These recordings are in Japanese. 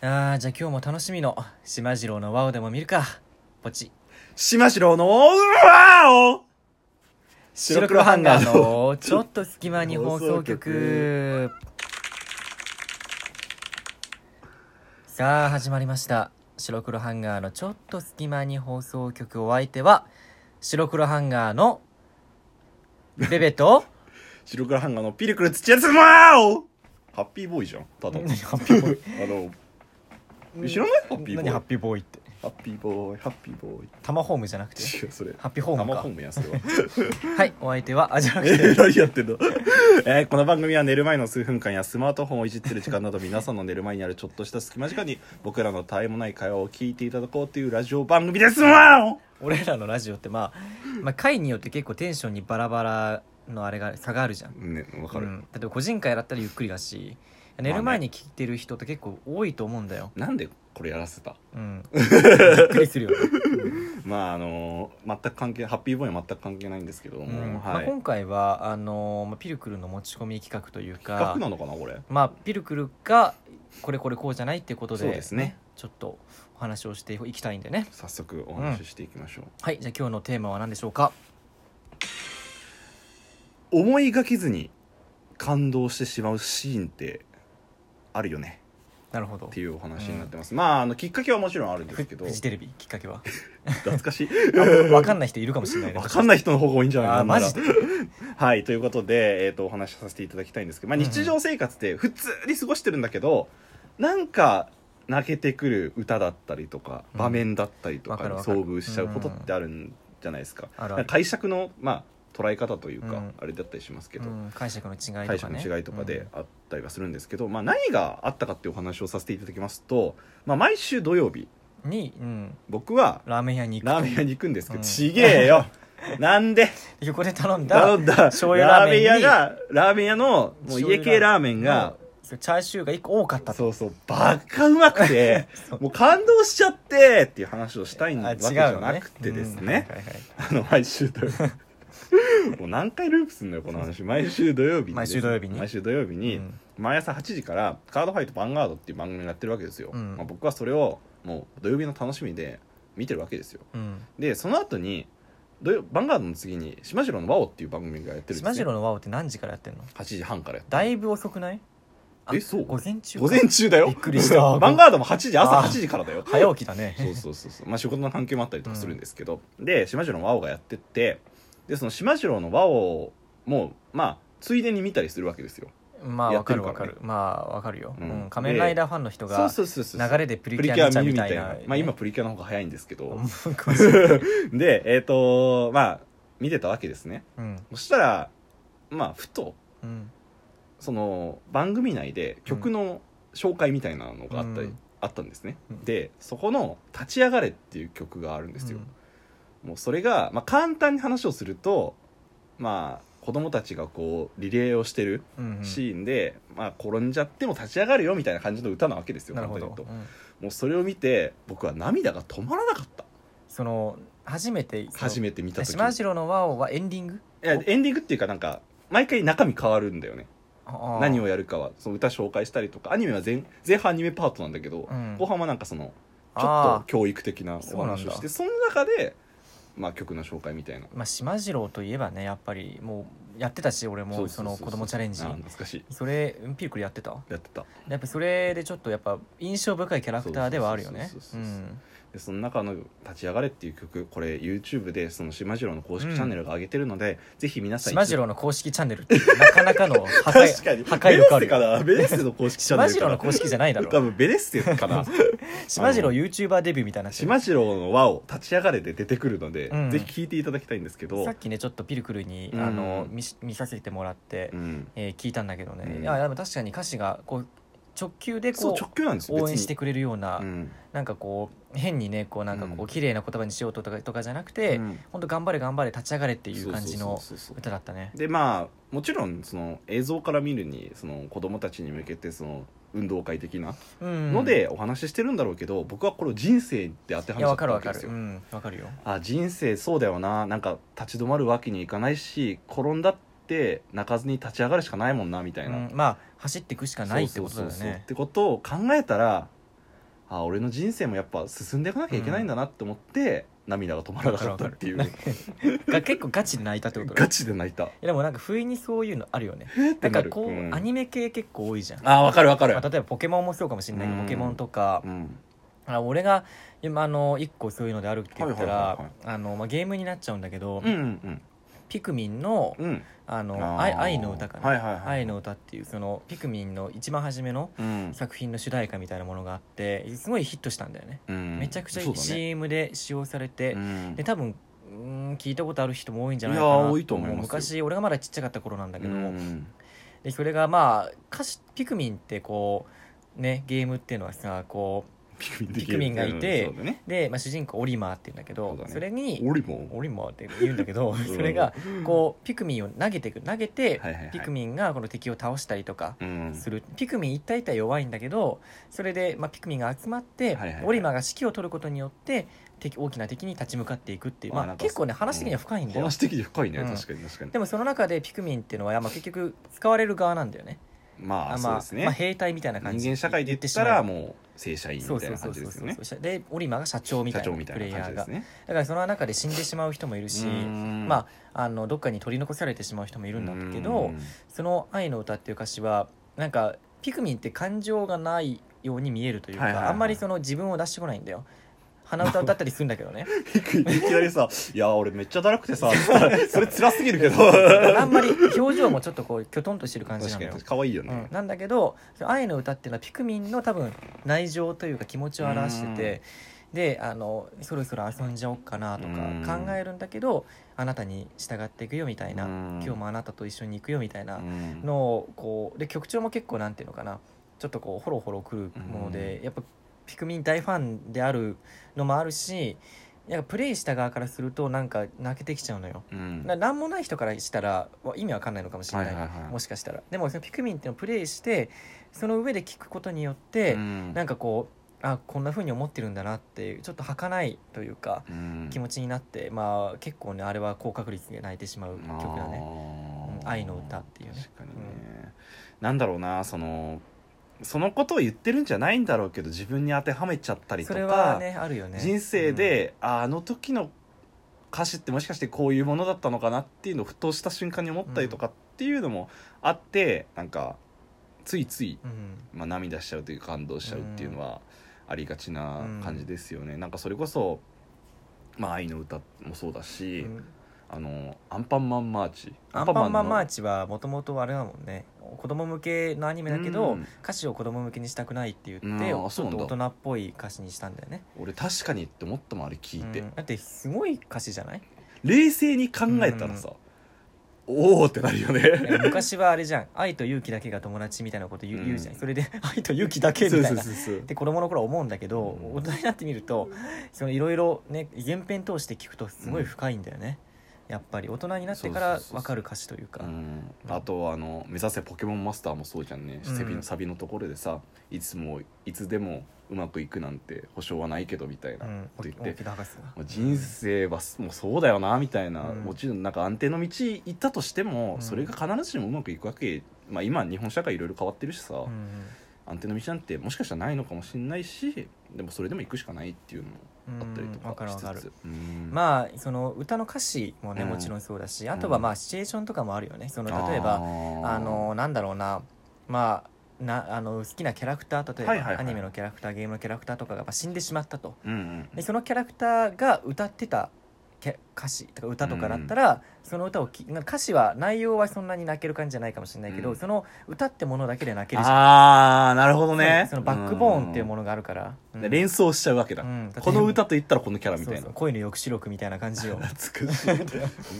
あーじゃあ今日も楽しみの島次郎のワオでも見るかポチ島城の、うわお白黒ハンガーのちょっと隙間に放送局さあ始まりました白黒ハンガーのちょっと隙間に放送局お相手は白黒ハンガーのベベと白黒ハンガーのピリクル土屋ですうわおハッピーボーイじゃん、ただの。ハッピーボーあの、知らないハッピーボーイ。何ハハッピーボーイってッピーボーイ、ハッピーボーイ。タマホームじゃなくて違う、それ。ハッピーホーム生か本部やん、それは。はいお相手はあじゃなく えてー、何やってんの えーこの番組は寝る前の数分間やスマートフォンをいじってる時間など皆さんの寝る前にあるちょっとした隙間時間に僕らの絶えもない会話を聞いていただこうというラジオ番組ですわお俺らのラジオってまあ、まあ、回によって結構テンションにバラバラのあれが差があるじゃん、ねわかうる、ん、例えば個人会だったらゆっくりだし寝る前に聞いてる人って結構多いと思うんだよ、なんでこれやらせたうん、 びっくり するよね、まああのー全く関係ハッピーボーイは全く関係ないんですけども、うんまはあ、い、今回はあのーまあ、ピルクルの持ち込み企画というか企画なのかなこれまあ、ピルクルがこれこれこうじゃないってことで,、そうですねちょっとお話をしていきたいんでね早速お話ししていきましょう、はいじゃあ今日のテーマは何でしょうか思いがけずに感動してしまうシーンってあるよねなるほどっていうお話になってます、まああのきっかけはもちろんあるんで すけどフジテレビきっか けは懐かしい分かんない人いるかもしれないねわかんない人の方が多いんじゃないかあなーマジではいということで、えー、とお話しさせていただきたいんですけど、まあ、うんうん日常生活で普通に過ごしてるんだけど、なんか泣けてくる歌だったりとかうん場面だったりとわかかにるわかる遭遇しちゃうことってあるんじゃないですか,、あるある解釈の、まあ、捉え方というか、うんあれだったりしますけど、うん、解釈の違いとか、ね、解釈の違いとかであったりはするんですけど、まあ、何があったかっていうお話をさせていただきますと、まあ、毎週土曜日うんに、うん、僕はラーメン屋に行くラーメン屋に行くんですけど、うんちげえ よなんで横で頼んだ頼んだ醤油ラーメンにラーメン屋がラーメン屋のもう家系ラーメンがチャーシューが1個多かったとそうそうバカうまくて そうもう感動しちゃってっていう話をしたいんあわ違けうじのゃなくてですねうんはいはいはいあの毎週土曜日 もう何回ループすんのよこの話毎週土曜日に毎週土曜日に毎週土曜日に、うん毎朝8時から「カードファイトヴァンガード」っていう番組をやってるわけですよ、うんまあ、僕はそれをもう土曜日の楽しみで見てるわけですようんでその後に土曜ヴァンガードの次に「島城のワオ」っていう番組がやってるんです、ね、島次郎のワオって何時からやってんの8時半からやってだいぶ遅くないあえそう午前中か午前中だよびっくりした バンガードも8時朝あー8時からだよ早起きだねそうそうそうそうまあ仕事の関係もあったりとかするんですけど、で島次郎の和王がやってってでその島次郎の和王もまあついでに見たりするわけですよ まあやっわてかるるかわらねかるまあわかるよ、ううんん仮面ライダーファンの人そがうそうそうそう流れでプリプキリュキアュ見ちゃアう見みるみたたいいなな、まあ今プリキュアの方が早いんですけど詳しい でえっ、とまあ見てたわけですねうんそしたらまあふとうんその番組内で曲の紹介みたいなのがあったり、うんあったんですね、うんでそこの「立ち上がれ」っていう曲があるんですよ、もうそれが、まあ、簡単に話をするとまあ子供たちがこうリレーをしてるうんうんシーンで、まあ、転んじゃっても立ち上がるよみたいな感じの歌なわけですよなるほど簡単に言ううんともうそれを見て僕は涙が止まらなかったその初めて初めめて見た時島次郎のワオはエンディングいやエンディングっていうかなんか毎回中身変わるんだよね何ををやるかはその歌紹介したりとかアニメは前前半アニメパートなんだけど、うん後半はなんかそのちょっとあ教育的なお話をしてその中で、まあ、曲の紹介みたいなーまあ島次郎といえばねやっぱりもうやってたし俺そもうそそうそうのそ子う供チャレンジあ懐かしいそれピルクルやってたやってたやっぱそれでちょっとやっぱ印象深いキャラクターではあるよねそうそううそうそうんでその中の「立ち上がれ」っていう曲これ YouTube でその島次郎の公式チャンネルが上げてるので、ぜひ皆さん島次郎郎の公式チャンネルってなかなかの破 確かに壊破壊力あるベレよッセかなベレッセの公式チャンネ島ル次か郎なの公式じゃないだろ多分ベレッセ かな島次郎 YouTuber デビューみたいな島次郎の輪を「立ち上がれ」で出てくるので、うんぜひ聴いていただきたいんですけどさっきねちょっとピルクルにうんあの見し見させてもらってうん、えー聞いたんだけどね、うんいやでも確かに歌詞がこう直球でそうこ直球なんですうよ応援してくくれるような、うんなんかこう変にねこうなんかこううん綺麗な言葉にしようとかとかじゃなくうて、んほんと頑張れ頑張れ立ち上がれっていう感じのそうそうそうそう歌だったねでまあもちろんその映像から見るにその子供たちに向けてその運動会的なうんのでお話ししてるんだろうけど、僕はこれを人生で当てはいめちやゃわったかるわわけかでるすうよ、んわかるよあ人生そうだよななんか立ち止まるわけにいかないし転んだって泣かずに立ち上がるしかないもんなみたいな、うんまあ走っていくしかないってことだよそうそうそうそうっねてことを考えたらあ俺の人生もやっぱ進んでいかなきゃいけないんだなって思って、涙が止まらなかったっていうわかが結構ガチで泣いたってことねガチで泣いたいやでもなんか不意にそういうのあるよねえっなてんなかるこう、うんアニメ系結構多いじゃん、まあーわかるわかる、あ、例えばポケモンもそうかもしれないけどうんポケモンとかう、ん、あ俺が今あの一個そういうのであるって言ったはいはいらはいあのまあゲームになっちゃうんだけど、うんうんピクミンのうんうんあのあー愛愛の歌かな、はいはいはい愛の歌っていうそのピクミンの一番初めのうん作品の主題歌みたいなものがあってすごいヒットしたんだよね、うんめちゃくちゃそうだね CM で使用されて、うんで多分うーん聞いたことある人も多いんじゃないかいなやー多いと思いますよ昔俺がまだちっちゃかった頃なんだけど、うんでそれがまあ歌詞ピクミンってこうねゲームっていうのはさこピクミンでピクミンがいてうんそうだねうで、まあ、主人公オリマーっていうんだけどそそ,、うだねれにオリモンオリマーって言うんだけ ど、ん それがこうピクミンを投げてく投げて、はいはいはいピクミンがこの敵を倒したりとかうんするピクミン一体一体弱いんだけどそれで、まあ、ピクミンが集まって、はいはいはいオリマーが指揮を取ることによって敵大きな敵に立ち向かっていくっていう、あまなあ、んか結構ね話的には深いんだよ、話的に深いね、うん確かに確かにでもその中でピクミンっていうのは、まあ、結局使われる側なんだよねまあ、あそうまであすね、まあ兵隊みたいな感じ人間社会で言ったらもう正社員そうみたいそうなそ感うじそうですそようそねうでオリマーが社長みた社いな長みプたレいイなヤ感ーじでがすねだからその中で死んでしまう人もいるしまああのどっかに取り残されてしまう人もいいるんだけど その「愛の歌」っていう歌詞はなんかピクミンって感情がないように見えるというか、はいはいはあいんまりその自分を出してこないんだよ鼻歌歌ったりするんだけどねいきなりさ「いや俺めっちゃだらくてさ」それ辛す ぎるけどあんま り表情もちょっとこうきょとんとしてる感じ確なのよかに確かに可愛いようんね、なんだけど「愛の歌」っていうのはピクミンの多分内情というか気持ちを表しててであのそろそろ遊んじゃおっかなとうんか考えるんだけどあなたに従っていくよみたいなうん今日もあなたと一緒に行くよみたいなうんのをこうで曲調も結構なんていうのかなちょっとこうホロホロくるものでやっぱピクミン大ファンであるのもあるしやっぱプレイした側からするとなんか泣けてきちゃうのよ。うんな何もない人からしたらわ意味わかんないのかもしれない,、はいはいはいもしかしたらでもそのピクミンっていうのをプレイしてその上で聞くことによって、うんなんかこうあこんな風に思ってるんだなっていうちょっと儚いというかうん気持ちになって、まあ結構ねあれは高確率で泣いてしまう曲だねねうん愛の歌っていうね確かにね、なんだろうなそのそのことを言ってるんじゃないんだろうけど自分に当てはめちゃったりとそかれはねあるよね人生、で、ああの時の歌詞ってもしかしてこういうものだったのかなっていうのをふとした瞬間に思ったりとかっていうのもあって、なんかついつい、うんうんまあ、涙しちゃうというか感動しちゃうっていうのはありがちな感じですよね。なんかそれこそ「まあ、愛の歌」もそうだし、うんあの「アンパンマンマーチ」アンパンマンマーチチはもともとあれだもんね子供向けのアニメだけど、歌詞を子供向けにしたくないって言って、うんあちょーっそうなんとだ大人っぽい歌詞にしたんだよね俺確かにって思ったもんあれ聞いて、うんだってすごい歌詞じゃない 冷静に考えたらさ、おおってなるよいやね。昔はあれじゃん愛と勇気だけが友達みたいなこと言う,、うん言うじゃんそれで 愛と勇気だけそうみたいそうなそうそうで子供の頃は思うんだけど、うん大人になってみるとそのいろいろね原編通して聞くとすごい深いんだよね、やっぱり大人になってかそうらそうそうそう分かる歌詞というかうんうんあとはあの「目指せポケモンマスター」もそうじゃんね、うんセビのサビのところでさ「いつもいつでもうまくいくなんて保証はないけど」みたいなうこんと言って、沖田博士がもう人生はすもうそうだよなみたいな、うんもちろんなんか安定の道行ったとしても、うんそれが必ずしもうまくいくわけ、まあ、今日本社会いろいろ変わってるしさ、うんうん安定の道なんてもしかしたらないのかもしれないしでもそれでも行くしかないっていうのもあったりとうんわかかるしわかるつつ、うんまあその歌の歌詞もねうんもちろんそうだし、んあとはまあシチュエーションとかもあるよねその例えばあのなんだろうなまあなあの好きなキャラクター例えば、はいはいはいアニメのキャラクターゲームのキャラクターとかがまあ死んでしまったとうんうんでそのキャラクターが歌ってたけ歌詞とか歌とかだったら、その歌をき歌詞は内容はそんなに泣ける感じじゃないかもしれないけど、うんその歌ってものだけで泣けるしああなるほどねそのバックボーンっていうものがあるから、うんうん連想しちゃうわけだ、うんこの歌と言ったらこのキャラみたいそなうそう恋の抑止力みたいな感 じを懐か しい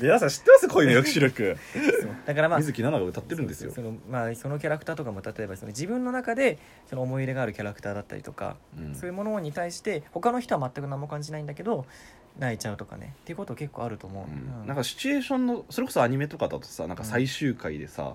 皆さん知ってます恋の抑止力そうだからまあ水木奈々が歌ってるんですよそうそうそのまあ、そのキャラクターとかも例えばその自分の中でその思い入れがあるキャラクターだったりとか、うんそういうものに対して他の人は全く何も感じないんだけど泣いちゃうとかねっていうこと結構あると思う、うんうなんかシチュエーションのそれこそアニメとかだとさなんか最終回でさ、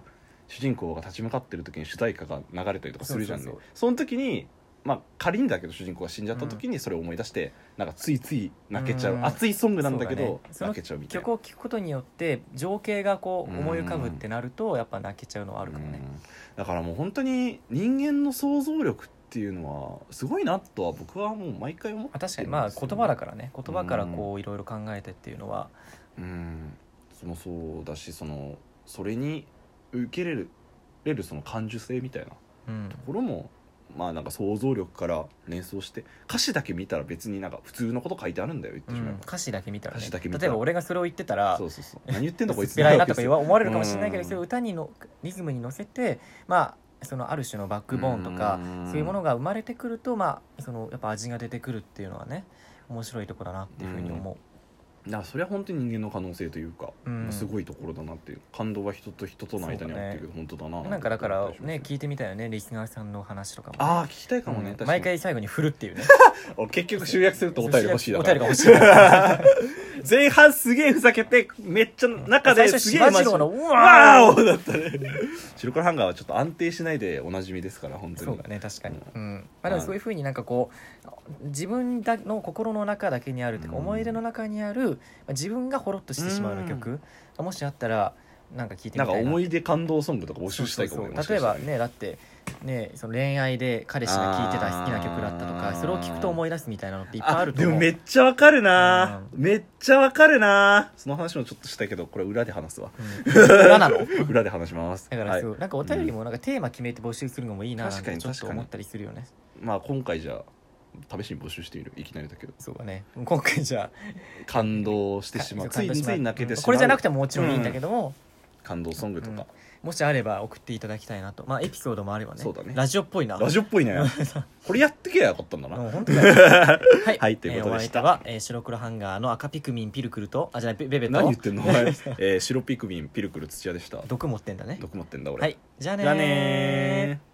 主人公が立ち向かってる時に主題歌が流れたりとかするじゃんねそそうそうの時にまあ仮にだけど主人公が死んじゃった時にそれを思い出して、なんかついつい泣けちゃう、うん熱いソングなんだけどそうだね泣けちゃうみたいな曲を聴くことによって情景がこううん思い浮かぶってなるとやっぱ泣けちゃうのはあるかもねうんだからもう本当に人間の想像力っっていうのはすごいなとは僕はもう毎回思ってあるん確かにまあ言葉だかからね言葉からこういろいろ考えてっていうのはらうんそのそうだしそのそれに受け入れるれるその感受性みたいなとうんころもまあなんか想像力から連想して歌詞だけ見たら別になんか普通のこと書いてあるんだよ言ってしまえうばん歌詞だけ見たらね歌詞だけ見たら例えば俺がそれを言ってたらそうそうそう何言ってんだこい薄っつぺらい なとか言わ思われるかもしれないけどうんそれを歌にのリズムに乗せてまあそのある種のバックボーンとかうんそういうものが生まれてくるとまあそのやっぱ味が出てくるっていうのはね面白いとこだなっていうふうに思だからそれは本当に人間の可能性というか、うんまあすごいところだなっていう感動は人と人との間にあってるけど、本当だうななんかだからねい聞いてみたいよねリスナーさんの話とかもああ聞きたいかもね、うん確かに毎回最後に振るっていうねお結局集約するとお便り欲しいだおか便りがら欲しいだから 前半すげえふざけてめっちゃ中最で初すしげえばじろうの真面目うわわーーおだったね 白黒ハンガーはちょっと安定しないでおなじみですから本当にそうだね確かに、うんまあ、でもそういうふうになんかこう自分だの心の中だけにあるというかうん思い出の中にある、まあ、自分がほろっとしてしまうような曲がもしあったらなんか聴いてなみんかたいな思い出感動ソングとか募集したいかもねそうもそうしそうか例えしたらばねだってねその恋愛で彼氏が聴いてた好きな曲だったとあかーそれを聴くと思い出すみたいなのっていっぱいあるとで思うもめっちゃわかるなうめっちゃわかるなその話もちょっとしたいけどこれ裏で話 すわうん裏なの裏で話しますだかはらいそう、なんかお便りもなんかテーマ決めて募集するのもいいななん確かてにちょっ確とかに思ったりするよねまあ今回じゃあ試しに募集してみるいきなりだけどそうだね今回じゃあ感動してしまうそつう感い動しまつい泣けてしまうこれじゃなくてももちろんいいんだけども、感動ソングとか、もしあれば送っていただきたいなとまあエピソードもあればねそうだねラジオっぽいなラジオっぽいね これやってけばよかったんだな、もう本当だよ はい、はいということでしたえーお相手は、えー白黒ハンガーの赤ピクミンピルクルとあじゃないベベベと何言ってんのお前、えー、白ピクミンピルクル土屋でした毒持ってんだね毒持ってんだ俺はいじゃあねーじゃあねー